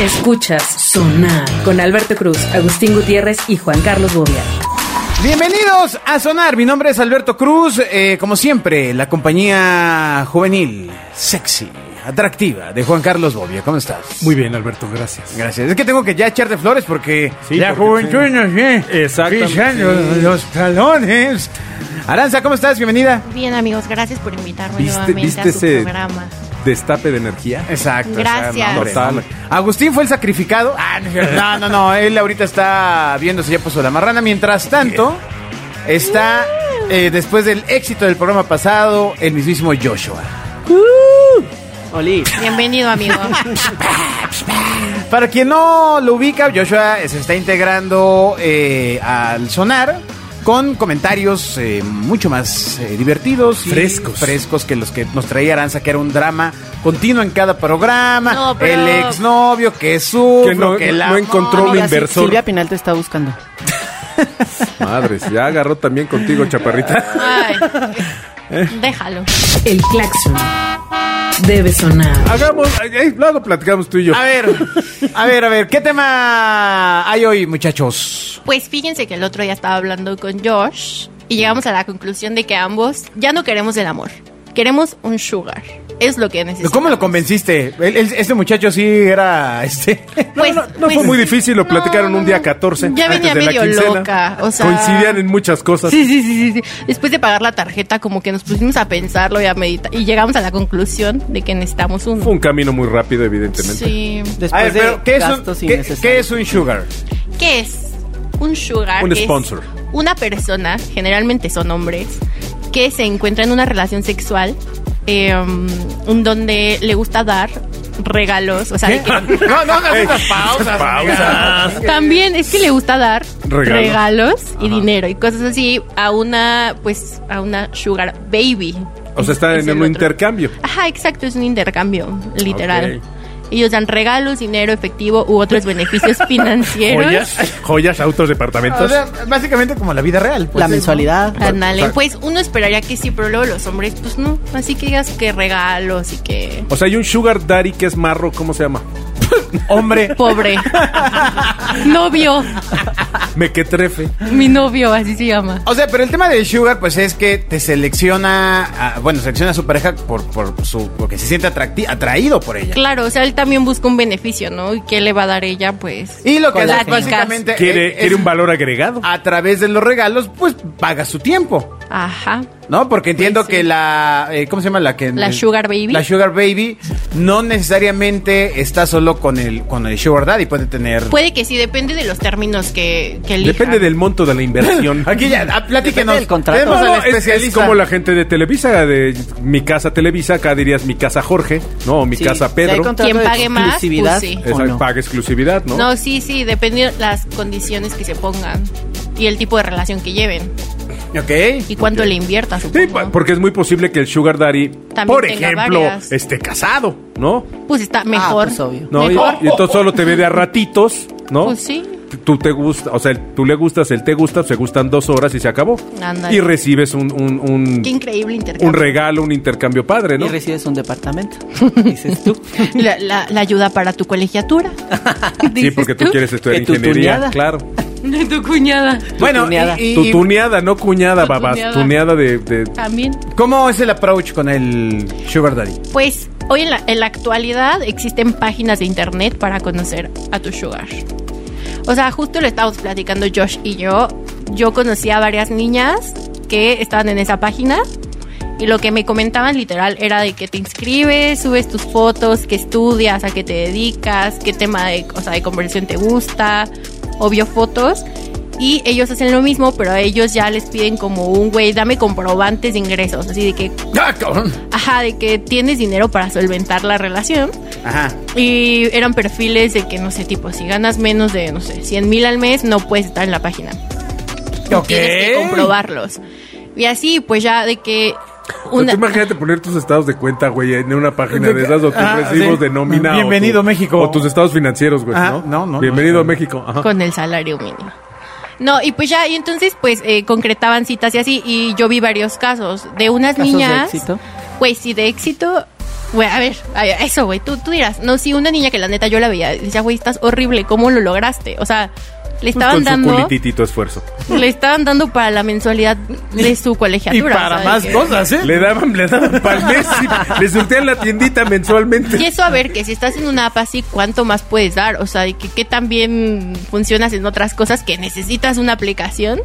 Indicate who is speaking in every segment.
Speaker 1: Escuchas Sonar con Alberto Cruz, Agustín Gutiérrez y Juan Carlos Bobia.
Speaker 2: Bienvenidos a Sonar, mi nombre es Alberto Cruz, eh, como siempre, la compañía juvenil, sexy, atractiva de Juan Carlos Bobia, ¿cómo estás?
Speaker 3: Muy bien, Alberto, gracias.
Speaker 2: Gracias, es que tengo que ya echarte flores porque
Speaker 3: Sí,
Speaker 2: la
Speaker 3: porque
Speaker 2: juventud
Speaker 3: sí.
Speaker 2: nos viene
Speaker 3: Exactamente,
Speaker 2: pisando
Speaker 3: sí.
Speaker 2: los talones. Aranza, ¿cómo estás? Bienvenida.
Speaker 4: Bien amigos, gracias por invitarme
Speaker 3: ¿Viste,
Speaker 4: nuevamente
Speaker 3: viste
Speaker 4: a su
Speaker 3: ese
Speaker 4: programa.
Speaker 3: destape de energía?
Speaker 2: Exacto. o sea,
Speaker 4: Gracias.
Speaker 2: no, hombre,
Speaker 3: Total.
Speaker 2: no. Agustín fue el sacrificado. Ah, no, es cierto. no, no, no, Él ahorita está viéndose ya puso la marrana. Mientras tanto, está eh, después del éxito del programa pasado, el mismísimo Joshua.
Speaker 5: Oli.
Speaker 4: Bienvenido amigo.
Speaker 2: Para quien no lo ubica, Joshua se está integrando eh, al sonar con comentarios eh, mucho más eh, divertidos y
Speaker 3: Frescos.
Speaker 2: frescos que los que nos traía Aranza, que era un drama continuo en cada programa.
Speaker 4: No, pero-
Speaker 2: El exnovio que sufre,
Speaker 3: Que no-
Speaker 2: que la
Speaker 3: no encontró un
Speaker 5: Amiga, Sil-
Speaker 3: inversor.
Speaker 5: Silvia Pinal te está buscando.
Speaker 3: Madres, ya agarró también contigo, chaparrita.
Speaker 4: Ay,
Speaker 3: Eh.
Speaker 4: déjalo.
Speaker 1: El claxon debe sonar.
Speaker 3: Hagamos, ay, ay, luego platicamos tú y yo.
Speaker 2: A ver, a ver, a ver, ¿qué tema hay hoy, muchachos?
Speaker 4: Pues fíjense que el otro día estaba hablando con Josh y llegamos a la conclusión de que ambos ya no queremos el amor. Queremos un sugar. Es lo que necesitamos.
Speaker 2: ¿Cómo lo convenciste? El- el- este muchacho sí era este.
Speaker 4: Pues-
Speaker 3: no, no fue
Speaker 4: pues-
Speaker 3: muy difícil, lo
Speaker 4: no,
Speaker 3: platicaron
Speaker 4: no,
Speaker 3: un día
Speaker 4: no.
Speaker 3: 14.
Speaker 4: Ya
Speaker 3: antes
Speaker 4: venía
Speaker 3: de la
Speaker 4: medio
Speaker 3: quincena.
Speaker 4: loca, o sea-
Speaker 3: Coincidían en muchas cosas.
Speaker 4: Sí, sí, sí, sí, sí. Después de pagar la tarjeta, como que nos pusimos a pensarlo y a meditar. Y llegamos a la conclusión de que necesitamos uno.
Speaker 3: Fue un camino muy rápido, evidentemente.
Speaker 4: Sí.
Speaker 5: Después
Speaker 2: A ver, pero
Speaker 5: de
Speaker 2: ¿qué es, un,
Speaker 5: gastos
Speaker 2: qué-
Speaker 5: innecesarios.
Speaker 2: qué es un sugar?
Speaker 4: ¿Qué es? Un sugar.
Speaker 3: Un
Speaker 4: es
Speaker 3: sponsor.
Speaker 4: una persona, generalmente son hombres, que se encuentra en una relación sexual eh, en donde le gusta dar regalos. O sea, de que-
Speaker 2: No, no, no,
Speaker 3: Ey,
Speaker 2: esas pausas.
Speaker 3: pausas.
Speaker 2: amiga.
Speaker 4: también es que le gusta dar
Speaker 3: Regalos.
Speaker 4: regalos, y dinero y cosas así a una, pues, a una sugar baby.
Speaker 3: O sea, está
Speaker 4: Es
Speaker 3: en
Speaker 4: el
Speaker 3: un
Speaker 4: otro.
Speaker 3: intercambio.
Speaker 4: Ajá, exacto, es un intercambio, literal.
Speaker 3: Ok.
Speaker 4: Ellos dan regalos, dinero, efectivo u otros beneficios financieros.
Speaker 3: joyas, autos, departamentos.
Speaker 2: O sea, básicamente como la vida real. pues,
Speaker 5: la
Speaker 2: ¿no?
Speaker 5: mensualidad.
Speaker 4: Ándale,
Speaker 3: Exacto.
Speaker 4: pues uno esperaría que sí, pero luego los hombres, pues no. Así que digas que regalos y que.
Speaker 3: O sea, hay un sugar daddy que es marro, ¿cómo se llama?
Speaker 2: Hombre.
Speaker 4: Pobre. novio.
Speaker 3: Ah. Mequetrefe.
Speaker 4: Mi novio, así se llama.
Speaker 2: O sea, pero el tema del sugar, pues es que te selecciona, a- bueno, selecciona a su pareja por, por su, porque se siente atracti- atraído por ella.
Speaker 4: Claro, o sea, él también busca un beneficio, ¿no? ¿Y qué le va a dar ella? Pues.
Speaker 2: Y lo que
Speaker 4: Con
Speaker 2: hace
Speaker 4: las
Speaker 2: básicamente
Speaker 3: Quiere,
Speaker 2: es-
Speaker 3: quiere un valor agregado.
Speaker 2: a través de los regalos, pues paga su tiempo,
Speaker 4: Ajá.
Speaker 2: ¿no? Porque entiendo
Speaker 4: Pues sí.
Speaker 2: que la, eh, ¿cómo se llama la que?
Speaker 4: La sugar baby.
Speaker 2: La sugar baby no necesariamente está solo con el con el sugar daddy, puede tener.
Speaker 4: Puede que sí, depende de los términos que, que elija.
Speaker 3: Depende del monto de la inversión.
Speaker 2: Aquí ya, ah, platíquenos.
Speaker 5: Depende del contrato.
Speaker 2: Tenemos
Speaker 3: No,
Speaker 2: al
Speaker 3: no, es- es,
Speaker 2: especialista.
Speaker 3: como la gente de Televisa, de mi casa Televisa, acá dirías mi casa Jorge, no, O mi
Speaker 5: Sí,
Speaker 3: casa
Speaker 5: si hay
Speaker 3: Pedro.
Speaker 5: contrato
Speaker 4: Quien
Speaker 5: de
Speaker 4: pague más,
Speaker 5: exclusividad
Speaker 4: pues sí.
Speaker 5: o
Speaker 3: Esa
Speaker 5: no.
Speaker 3: paga exclusividad, ¿no?
Speaker 4: ¿no? sí, sí, depende de las condiciones que se pongan y el tipo de relación que lleven
Speaker 2: Ok.
Speaker 4: y cuánto le inviertas.
Speaker 3: Sí,
Speaker 4: supongo.
Speaker 3: pa- porque es muy posible que el Sugar Daddy,
Speaker 4: También
Speaker 3: por
Speaker 4: tenga
Speaker 3: ejemplo,
Speaker 4: varias.
Speaker 2: este,
Speaker 3: esté casado, ¿no?
Speaker 4: Pues está mejor.
Speaker 5: pues, obvio.
Speaker 3: ¿No? Y,
Speaker 4: Mejor. Oh,
Speaker 3: y entonces solo te ve de a ratitos, ¿no?
Speaker 4: Pues sí.
Speaker 3: Tú te gusta, o sea, tú le gustas, él te gusta, se gustan dos horas y se acabó.
Speaker 4: Ándale.
Speaker 3: Y recibes un, un, un-
Speaker 4: Qué increíble intercambio.
Speaker 3: un regalo, un intercambio padre, ¿no?
Speaker 5: Y recibes un departamento, dices tú.
Speaker 4: La, la- la ayuda para tu colegiatura.
Speaker 3: Sí, porque tú quieres estudiar
Speaker 5: Que tu
Speaker 3: ingeniería,
Speaker 5: tuneada.
Speaker 3: claro.
Speaker 4: De tu cuñada.
Speaker 2: Bueno,
Speaker 5: tuneada.
Speaker 2: y-
Speaker 3: Tu
Speaker 2: y,
Speaker 3: tuneada, no cuñada,
Speaker 4: Tu
Speaker 3: babas,
Speaker 4: tuneada. Ah,
Speaker 3: tuneada de- de,
Speaker 4: También.
Speaker 2: ¿cómo es el approach con el sugar daddy?
Speaker 4: Pues hoy en la, en la actualidad existen páginas de internet para conocer a tu sugar. O sea, justo lo estábamos platicando Josh y yo. Yo conocí a varias niñas que estaban en esa página y lo que me comentaban literal era de que te inscribes, subes tus fotos, que estudias, a qué te dedicas, qué tema de, o sea, de conversión te gusta, obvio fotos. Y ellos hacen lo mismo, pero a ellos ya les piden como un güey, dame comprobantes de ingresos. Así de que
Speaker 2: ¡Ah, cabrón!
Speaker 4: Ajá, de que tienes dinero para solventar la relación.
Speaker 2: Ajá.
Speaker 4: Y eran perfiles de que, no sé, tipo, si ganas menos de, no sé, 100 mil al mes, no puedes estar en la página.
Speaker 2: Ok.
Speaker 4: Tienes que comprobarlos. Y así, pues ya de que...
Speaker 3: Tú Pues imagínate poner tus estados de cuenta, güey, en una página de esas o tus
Speaker 2: Ah,
Speaker 3: recibos
Speaker 2: sí.
Speaker 3: de nómina. o
Speaker 2: Bienvenido,
Speaker 3: tu-
Speaker 2: México.
Speaker 3: O tus estados financieros, güey,
Speaker 2: Ah,
Speaker 3: ¿no?
Speaker 2: no, no,
Speaker 3: Bienvenido
Speaker 2: no,
Speaker 3: a México. Ajá. Pues
Speaker 4: con el salario mínimo. No, y pues ya, y entonces pues eh, concretaban citas y así, y yo vi varios casos de unas
Speaker 5: Casos de
Speaker 4: niñas,
Speaker 5: éxito.
Speaker 4: pues sí, de éxito, Güey, a ver, a ver, eso, güey, tú, tú dirás. No, sí, una niña que la neta yo la veía, decía, güey, estás horrible, ¿cómo lo lograste? O sea, le estaban
Speaker 3: Pues Con su
Speaker 4: dando,
Speaker 3: culititito esfuerzo.
Speaker 4: le estaban dando para la mensualidad de su
Speaker 2: Y
Speaker 4: colegiatura.
Speaker 2: para
Speaker 4: ¿sabes
Speaker 2: más
Speaker 4: qué?
Speaker 2: cosas, ¿eh?
Speaker 3: Le daban, le daban pal mes y le surtían la tiendita mensualmente.
Speaker 4: Y eso a ver, que si estás en una app así, ¿cuánto más puedes dar? O sea, y que, que también funcionas en otras cosas que necesitas una aplicación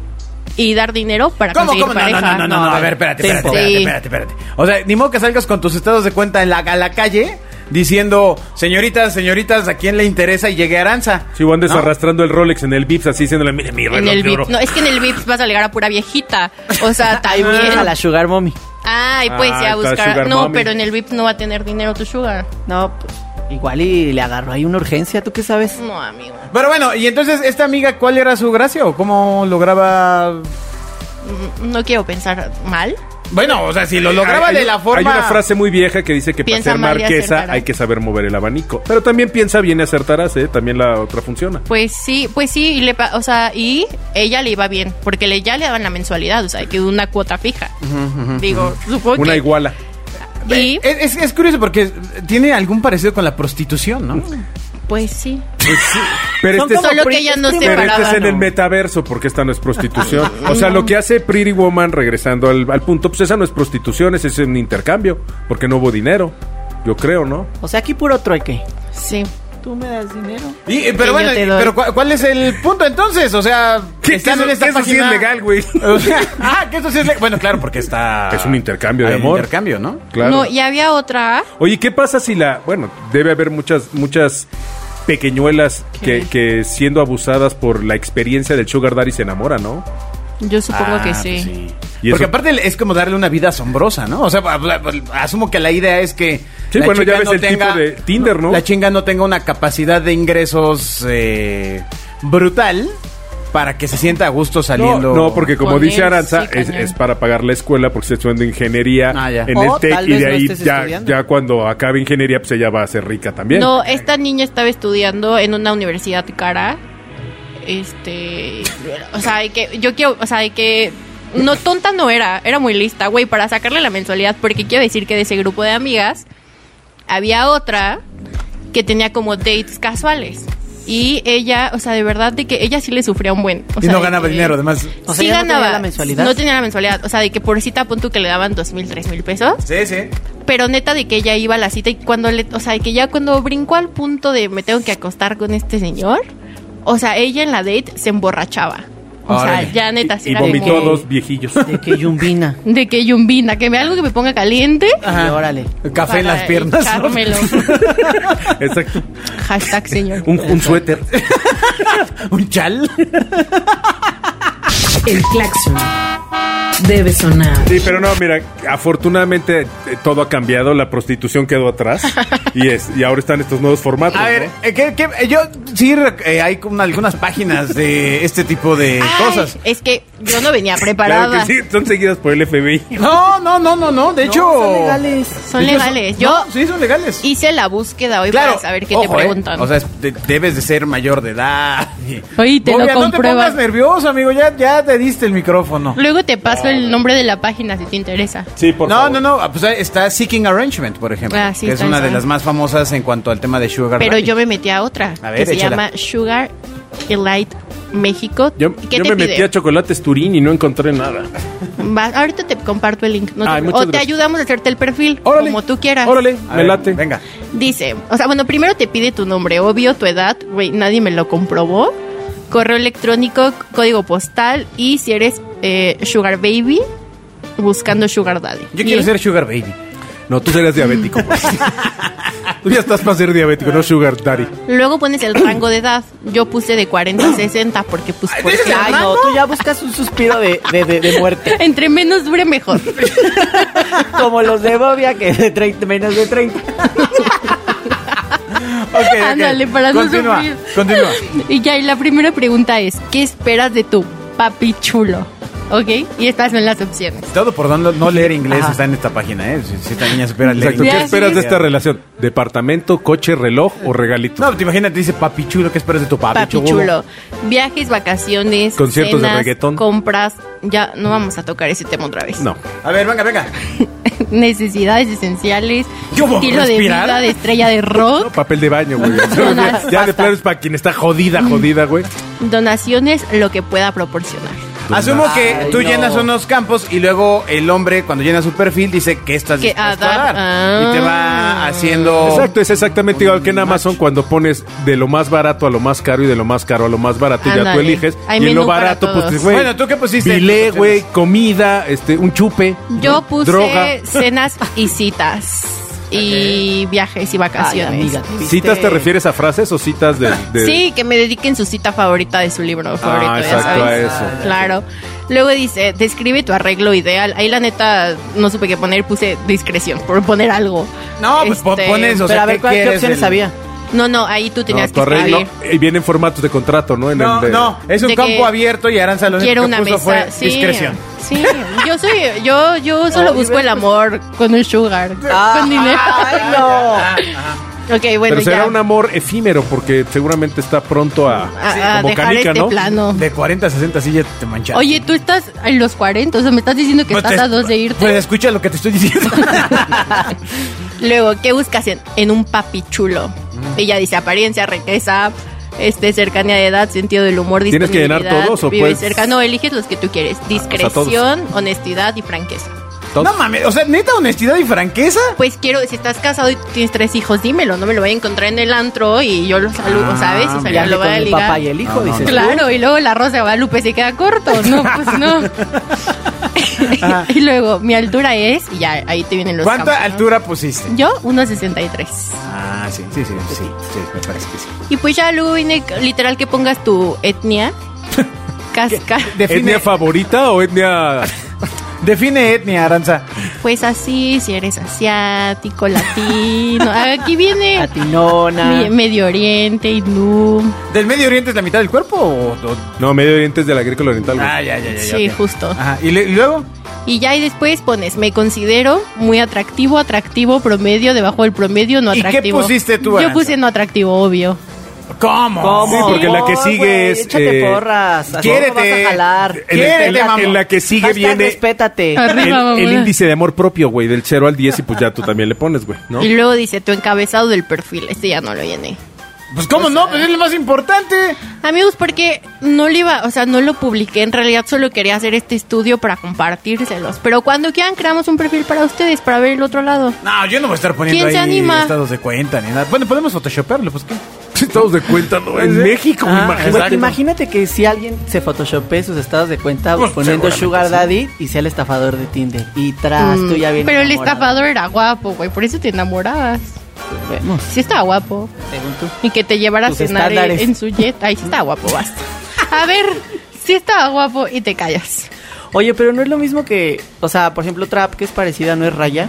Speaker 4: y dar dinero para
Speaker 2: ¿Cómo,
Speaker 4: conseguir
Speaker 2: cómo? No,
Speaker 4: pareja.
Speaker 2: no, no, no, no, no, a ver, espérate, espérate,
Speaker 4: Tempo.
Speaker 2: espérate,
Speaker 4: Sí.
Speaker 2: espérate, espérate. O sea, ni modo que salgas con tus estados de cuenta en la, a la calle diciendo, señoritas, señoritas, ¿a quién le interesa? Y llegue Aranza.
Speaker 3: Si van
Speaker 2: ¿No?
Speaker 3: arrastrando el Rolex en el Vips, así diciéndole, mire mi reloj
Speaker 4: En el
Speaker 3: de oro.
Speaker 4: VIP. No, es que en el VIP vas a llegar a pura viejita. O sea,
Speaker 5: A la
Speaker 4: también.
Speaker 5: Sugar Mommy.
Speaker 4: Ay, pues
Speaker 3: Ah,
Speaker 4: ya
Speaker 3: está
Speaker 4: buscar.
Speaker 3: Sugar
Speaker 4: No,
Speaker 3: Mommy.
Speaker 4: pero en el VIP no va a tener dinero tu sugar.
Speaker 5: No, pues, igual y le agarró ahí una urgencia, ¿tú qué sabes?
Speaker 4: No, amigo.
Speaker 2: Pero bueno, y entonces, ¿esta amiga cuál era su gracia o cómo lograba...?
Speaker 4: Mm, No quiero pensar mal.
Speaker 2: Bueno, o sea, si lo lograba
Speaker 3: Hay- hay-
Speaker 2: de la forma...
Speaker 3: Hay una frase muy vieja que dice que para
Speaker 4: Piensa
Speaker 3: ser
Speaker 4: mal y
Speaker 3: marquesa
Speaker 4: acertarás.
Speaker 3: hay que saber mover el abanico. Pero también piensa bien y acertarás, ¿eh? También la otra funciona.
Speaker 4: Pues sí, pues sí, y le, pa- o sea, y ella le iba bien, porque le, ya le daban la mensualidad, o sea, que una cuota fija. Digo, supongo
Speaker 3: Una Eh,
Speaker 4: que-
Speaker 3: iguala.
Speaker 4: Y
Speaker 2: Es, es- es curioso porque tiene algún parecido con la prostitución, ¿no?
Speaker 4: pues sí.
Speaker 3: Pero este, es,
Speaker 4: como Solo que ella no se
Speaker 3: pero este es
Speaker 4: paraba,
Speaker 3: en el metaverso, porque esta no es prostitución. O sea, lo que hace Pretty Woman, regresando al, al punto, pues esa no es prostitución, ese es un intercambio, porque no hubo dinero. Yo creo, ¿no?
Speaker 5: O sea, aquí puro trueque.
Speaker 4: Sí.
Speaker 5: Tú me das dinero.
Speaker 2: Y, eh,
Speaker 4: Y
Speaker 2: pero
Speaker 4: yo
Speaker 2: bueno,
Speaker 4: te
Speaker 2: y-
Speaker 4: doy.
Speaker 2: pero ¿cuál, cuál es el punto entonces? O sea,
Speaker 3: ¿Qué-
Speaker 2: están
Speaker 3: qué eso-
Speaker 2: en esta
Speaker 3: qué eso sí es
Speaker 2: página-
Speaker 3: legal, güey?
Speaker 2: O sea, ah, que eso sí es legal. Bueno, claro, porque está...
Speaker 3: Es un intercambio de
Speaker 2: hay un
Speaker 3: amor.
Speaker 2: intercambio, ¿no?
Speaker 3: Claro.
Speaker 4: No, y había otra.
Speaker 3: Oye, ¿qué pasa si la... Bueno, debe haber muchas, muchas pequeñuelas que, que siendo abusadas por la experiencia del sugar daddy se enamoran, ¿no?
Speaker 4: Yo supongo
Speaker 2: Ah,
Speaker 4: que
Speaker 2: pues
Speaker 4: sí.
Speaker 3: Y
Speaker 2: Porque
Speaker 3: eso-
Speaker 2: aparte es como darle una vida asombrosa, ¿no? O sea, pa- pa- pa- asumo que la idea es que.
Speaker 3: Sí,
Speaker 2: la
Speaker 3: bueno,
Speaker 2: chica
Speaker 3: ya ves el tipo de Tinder, ¿no?
Speaker 2: La chinga no tenga una capacidad de ingresos eh, brutal para que se sienta a gusto saliendo.
Speaker 3: No, no, porque como
Speaker 4: Con
Speaker 3: dice
Speaker 4: él,
Speaker 3: Aranza,
Speaker 4: sí,
Speaker 3: es,
Speaker 4: cañón.
Speaker 3: es para pagar la escuela porque está estudiando ingeniería
Speaker 2: Ah, ya.
Speaker 3: en
Speaker 5: O
Speaker 3: el TEC
Speaker 5: tal
Speaker 3: y
Speaker 5: vez
Speaker 3: de
Speaker 5: no
Speaker 3: ahí
Speaker 5: estés
Speaker 3: ya,
Speaker 5: estudiando.
Speaker 3: ya cuando acabe ingeniería pues ella va a ser rica también.
Speaker 4: No, esta niña estaba estudiando en una universidad cara. Este, o sea, de que yo quiero, o sea, de que no tonta no era, era muy lista, güey, para sacarle la mensualidad, porque quiero decir que de ese grupo de amigas había otra que tenía como dates casuales. Y ella, o sea, de verdad de que ella sí le sufría un buen. o
Speaker 2: Y
Speaker 4: sea,
Speaker 2: no
Speaker 4: de
Speaker 2: ganaba
Speaker 4: que-
Speaker 2: dinero, además.
Speaker 5: O sea,
Speaker 4: sí
Speaker 5: ella no tenía
Speaker 4: ganaba.
Speaker 5: la mensualidad.
Speaker 4: No tenía la mensualidad. O sea, de que por cita, pon tú que le daban dos mil, tres mil pesos
Speaker 2: Sí, sí.
Speaker 4: pero neta de que ella iba a la cita y cuando le, o sea, que ya cuando brincó al punto de me tengo que acostar con este señor, o sea, ella en la date se emborrachaba. O
Speaker 2: Órale.
Speaker 4: sea, ya neta
Speaker 3: y,
Speaker 4: sí
Speaker 3: y
Speaker 4: era
Speaker 3: vomitó a
Speaker 4: como-
Speaker 3: dos viejillos.
Speaker 5: De que yumbina.
Speaker 4: de que yumbina, que me algo que me ponga caliente.
Speaker 5: Y órale.
Speaker 2: Café en
Speaker 4: para
Speaker 2: las piernas. ¿no?
Speaker 4: echármelo.
Speaker 3: Exacto.
Speaker 4: Hashtag señor.
Speaker 3: Un, un suéter.
Speaker 2: Un chal.
Speaker 1: El claxon debe sonar.
Speaker 3: Sí, pero no, mira, afortunadamente eh, todo ha cambiado, la prostitución quedó atrás y es y ahora están estos nuevos formatos.
Speaker 2: A ver,
Speaker 3: ¿no?
Speaker 2: eh, ¿qué- qué- eh, yo sí rec- eh, hay como algunas páginas de este tipo de
Speaker 4: Ay,
Speaker 2: cosas.
Speaker 4: Es que yo no venía preparada.
Speaker 3: Claro que sí, son seguidas por el FBI.
Speaker 2: No, no, no, no, no. De hecho.
Speaker 5: son legales.
Speaker 4: Son legales. Yo
Speaker 2: sí, son legales.
Speaker 4: hice la búsqueda hoy
Speaker 2: Claro.
Speaker 4: para saber pues, qué te
Speaker 2: ojo, ¿eh?
Speaker 4: preguntan.
Speaker 2: O sea, es- de- debes de ser mayor de edad.
Speaker 4: Oye, te lo
Speaker 2: Bobia,
Speaker 4: comprueban.
Speaker 2: No te pongas nervioso, amigo. Ya, ya te diste el micrófono.
Speaker 4: Luego te paso el nombre de la página si te interesa.
Speaker 3: Sí, por
Speaker 2: no,
Speaker 3: favor.
Speaker 2: no, no. ah, Pues ahí está Seeking Arrangement, por ejemplo.
Speaker 4: Ah, sí,
Speaker 2: que es
Speaker 4: está
Speaker 2: una
Speaker 4: esa.
Speaker 2: de las más famosas en cuanto al tema de Sugar
Speaker 4: Pero
Speaker 2: Daddy.
Speaker 4: yo me metí a otra
Speaker 2: A
Speaker 4: que
Speaker 2: ver,
Speaker 4: se
Speaker 2: échala.
Speaker 4: llama Sugar Elite México.
Speaker 3: Yo,
Speaker 4: ¿Qué
Speaker 3: yo
Speaker 4: te
Speaker 3: me
Speaker 4: pide?
Speaker 3: metí a chocolates Turín y no encontré nada.
Speaker 4: Va- ahorita te comparto el link. no te
Speaker 3: Ay,
Speaker 4: preocupes.
Speaker 3: muchas
Speaker 4: o te
Speaker 3: gracias.
Speaker 4: ayudamos a hacerte el perfil,
Speaker 3: Órale.
Speaker 4: como tú quieras.
Speaker 3: Órale,
Speaker 2: A
Speaker 3: me
Speaker 2: ver,
Speaker 3: late.
Speaker 2: Venga.
Speaker 4: Dice, o sea, bueno, primero te pide tu nombre, obvio, tu edad, güey, nadie me lo comprobó. Correo electrónico, c- código postal y si eres eh, Sugar Baby, buscando Sugar Daddy.
Speaker 2: Yo
Speaker 4: Y-
Speaker 2: quiero ser Sugar Baby.
Speaker 3: No, tú serás diabético. pues. tú ya estás para ser diabético, no sugar daddy.
Speaker 4: Luego pones el rango de edad. Yo puse de 40 a 60 porque pues...
Speaker 2: Ay,
Speaker 4: por
Speaker 2: ¿dices
Speaker 4: si-
Speaker 2: la
Speaker 5: Ay, no, tú ya buscas un suspiro de, de, de, de muerte.
Speaker 4: Entre menos dure mejor.
Speaker 5: Como los de Bobia, que de 30, menos de 30.
Speaker 2: Ok, ok.
Speaker 4: Ándale, para no
Speaker 2: Continúa,
Speaker 4: sufrir.
Speaker 2: Continúa.
Speaker 4: Y ya, y la primera pregunta es, ¿qué esperas de tu papi chulo? ¿Ok? Y estas son las opciones.
Speaker 2: Todo por no, no leer inglés
Speaker 5: Ajá.
Speaker 2: está en esta página, ¿eh? Si, si esta niña supera leer
Speaker 3: Exacto. ¿Qué
Speaker 4: Ya,
Speaker 2: inglés.
Speaker 4: sí.
Speaker 3: esperas de esta relación? ¿Departamento, coche, reloj o regalito?
Speaker 2: No, te imagínate, dice papi chulo. ¿Qué esperas de tu papi,
Speaker 4: Papi chulo. Viajes, vacaciones,
Speaker 3: Conciertos de
Speaker 4: cenas,
Speaker 3: reggaetón.
Speaker 4: compras. Ya, no vamos a tocar ese tema otra vez.
Speaker 3: No.
Speaker 2: A ver, venga, venga.
Speaker 4: necesidades esenciales,
Speaker 2: ¿Qué hubo?
Speaker 4: estilo de
Speaker 2: ¿Respirar?
Speaker 4: vida de estrella de
Speaker 3: No,
Speaker 4: rock,
Speaker 3: papel de baño, güey. ya ya de
Speaker 4: basta.
Speaker 3: plano es para quien está jodida, jodida, güey.
Speaker 4: donaciones, lo que pueda proporcionar.
Speaker 2: Asumo que
Speaker 5: Ay,
Speaker 2: tú
Speaker 5: no.
Speaker 2: llenas unos campos y luego el hombre cuando llena su perfil dice que estás
Speaker 4: Que
Speaker 2: dispuesto
Speaker 4: a
Speaker 2: a
Speaker 4: dar.
Speaker 2: dar. Y te
Speaker 4: Ah.
Speaker 2: va haciendo...
Speaker 3: Exacto, es exactamente igual que en Amazon cuando pones de lo más barato a lo más caro y de lo más caro a lo más barato y ya tú
Speaker 4: Ándale.
Speaker 3: eliges.
Speaker 4: Hay
Speaker 3: y en lo
Speaker 4: menú para
Speaker 3: barato,
Speaker 4: todos.
Speaker 3: pues, güey.
Speaker 2: Bueno, ¿tú qué pusiste?
Speaker 3: Bilé, güey, comida, este, un chupe.
Speaker 4: Yo puse
Speaker 3: Droga.
Speaker 4: cenas y citas y viajes y vacaciones.
Speaker 3: ¿Citas te refieres a frases o citas de...? de-
Speaker 4: este,
Speaker 3: Ah,
Speaker 4: Sí, que me dediquen su cita favorita de su libro favorito, ya
Speaker 3: exacto, a
Speaker 4: sabes.
Speaker 3: eso.
Speaker 4: Claro. Luego dice, describe tu arreglo ideal. Ahí la neta no supe qué poner, puse discreción por poner algo.
Speaker 2: No, pues po-
Speaker 4: Este,
Speaker 2: pones... O
Speaker 5: Pero
Speaker 2: sea,
Speaker 5: a ver,
Speaker 2: ¿qué
Speaker 5: ¿cuál- ¿qué
Speaker 2: quieres
Speaker 5: opciones
Speaker 2: del-
Speaker 5: había?
Speaker 4: No, no, ahí tú tenías
Speaker 3: No,
Speaker 4: que
Speaker 3: tu arreglo-
Speaker 4: escribir.
Speaker 3: Y viene en formatos de contrato, ¿no? En
Speaker 2: No,
Speaker 3: el de-
Speaker 2: no, es un
Speaker 4: de
Speaker 2: campo
Speaker 4: que
Speaker 2: abierto y Aranza lo único
Speaker 4: Quiero
Speaker 2: que
Speaker 4: una
Speaker 2: puso
Speaker 4: mesa.
Speaker 2: fue
Speaker 4: sí,
Speaker 2: discreción.
Speaker 4: Sí, yo soy, yo, yo solo busco el amor con un sugar, con dinero.
Speaker 5: ¡Ay, no!
Speaker 4: Ok, bueno,
Speaker 3: Ah. Pero será
Speaker 4: ya.
Speaker 3: un amor efímero porque seguramente está pronto a...
Speaker 4: a, a
Speaker 3: como
Speaker 4: dejar
Speaker 3: canica,
Speaker 4: este
Speaker 3: ¿no?
Speaker 4: plano.
Speaker 2: De 40 a 60 sí ya te manchaste.
Speaker 4: Oye, tú estás en los 40, o sea, me estás diciendo que
Speaker 2: Pues
Speaker 4: estás
Speaker 2: te-
Speaker 4: a dos de irte.
Speaker 2: Pues escucha lo que te estoy diciendo.
Speaker 4: Luego, ¿qué buscas en, en un papi chulo? Ella dice apariencia, riqueza, este, cercanía de edad, sentido del humor,
Speaker 3: ¿Tienes que llenar
Speaker 4: disponibilidad,
Speaker 3: todos o
Speaker 4: vive
Speaker 3: puedes-
Speaker 4: cerca. No, eliges los que tú quieres.
Speaker 3: todos.
Speaker 4: Discreción, honestidad y franqueza.
Speaker 3: Todos.
Speaker 2: No mames, o sea, neta honestidad y franqueza.
Speaker 4: Pues quiero, si estás casado y tienes tres hijos, dímelo, no me lo voy a encontrar en el antro y yo lo saludo, ¿sabes? O sea,
Speaker 5: Ya
Speaker 4: yo lo voy
Speaker 5: con
Speaker 4: a
Speaker 5: el papá y
Speaker 4: ligar.
Speaker 5: el hijo, dices tú.
Speaker 4: Claro, y luego la rosa de Guadalupe se queda corto. No, pues no. y luego, mi altura es, y ya ahí te vienen los
Speaker 2: ¿Cuánta
Speaker 4: campos, ¿no?
Speaker 2: altura pusiste?
Speaker 4: Yo, 1.63.
Speaker 2: Ah, sí, sí, sí, sí, sí, me parece que sí.
Speaker 4: Y pues ya luego viene literal que pongas tu etnia. Casca.
Speaker 2: Define,
Speaker 3: ¿Etnia favorita o etnia...?
Speaker 2: define etnia, Aranza.
Speaker 4: Pues así, si eres asiático, latino. Aquí viene
Speaker 5: Latinona.
Speaker 4: mi- Medio Oriente, hindú.
Speaker 2: ¿Del Medio Oriente es la mitad del cuerpo o...? o-
Speaker 3: No, medio dientes del agrícola oriental, güey.
Speaker 2: Ah, ya, ya, ya. ya,
Speaker 4: Sí,
Speaker 2: ok.
Speaker 4: justo.
Speaker 2: Ajá, ¿y, le- y luego?
Speaker 4: Y ya y después pones, me considero muy atractivo, atractivo, promedio, debajo del promedio, no
Speaker 2: ¿Y qué
Speaker 4: atractivo.
Speaker 2: pusiste tú,
Speaker 4: Yo
Speaker 2: Aranza?
Speaker 4: puse no atractivo, obvio.
Speaker 2: ¿Cómo?
Speaker 3: Sí, porque la que
Speaker 5: No,
Speaker 3: sigue
Speaker 5: güey,
Speaker 3: es,
Speaker 5: Échate
Speaker 3: eh,
Speaker 5: porras. así
Speaker 2: quiérete,
Speaker 5: no vas a jalar.
Speaker 3: En,
Speaker 2: Quiérete,
Speaker 3: el- en la,
Speaker 2: mamón.
Speaker 3: en la que sigue
Speaker 5: Hashtag
Speaker 3: viene
Speaker 5: Respétate.
Speaker 4: Ah,
Speaker 3: el,
Speaker 4: Arriba,
Speaker 3: el
Speaker 4: mamona.
Speaker 3: índice de amor propio, güey, del 0 al 10 y pues ya tú también le pones, güey, ¿no?
Speaker 4: Y luego dice, tu encabezado del perfil. Este ya no lo llené.
Speaker 2: Pues ¿cómo no? Pues es lo más importante.
Speaker 4: Amigos, porque no lo iba, o sea, no lo publiqué, en realidad solo quería hacer este estudio para compartírselos. Pero cuando quieran, creamos un perfil para ustedes, para ver el otro lado.
Speaker 2: No, yo no voy a estar poniendo
Speaker 4: ¿Quién se
Speaker 2: ahí
Speaker 4: anima?
Speaker 2: estados de cuenta ni nada. Bueno, podemos photoshopearlo, pues ¿qué? Ah, pues,
Speaker 3: Estados de cuenta, ¿no? En México,
Speaker 5: Ajá,
Speaker 3: imagínate.
Speaker 5: Ah, güey, pues imagínate que si alguien se photoshopee sus estados de cuenta
Speaker 2: Pues,
Speaker 5: poniendo
Speaker 2: seguramente
Speaker 5: Sugar
Speaker 2: sí.
Speaker 5: Daddy y sea el estafador de Tinder. Y tras, tú ya vienes.
Speaker 4: Mm, Pero el
Speaker 5: enamorado.
Speaker 4: estafador era guapo, güey, por eso te enamorabas.
Speaker 5: Pues Vemos,
Speaker 4: Sí estaba guapo.
Speaker 5: según tú.
Speaker 4: Y que te llevara a
Speaker 5: Tus
Speaker 4: cenar en,
Speaker 5: estándares.
Speaker 4: en su jet. Ay, sí estaba guapo, basta. A ver, sí estaba guapo y te callas.
Speaker 5: Oye, pero no es lo mismo que. O sea, por ejemplo, Trap, que es parecida, no es Raya.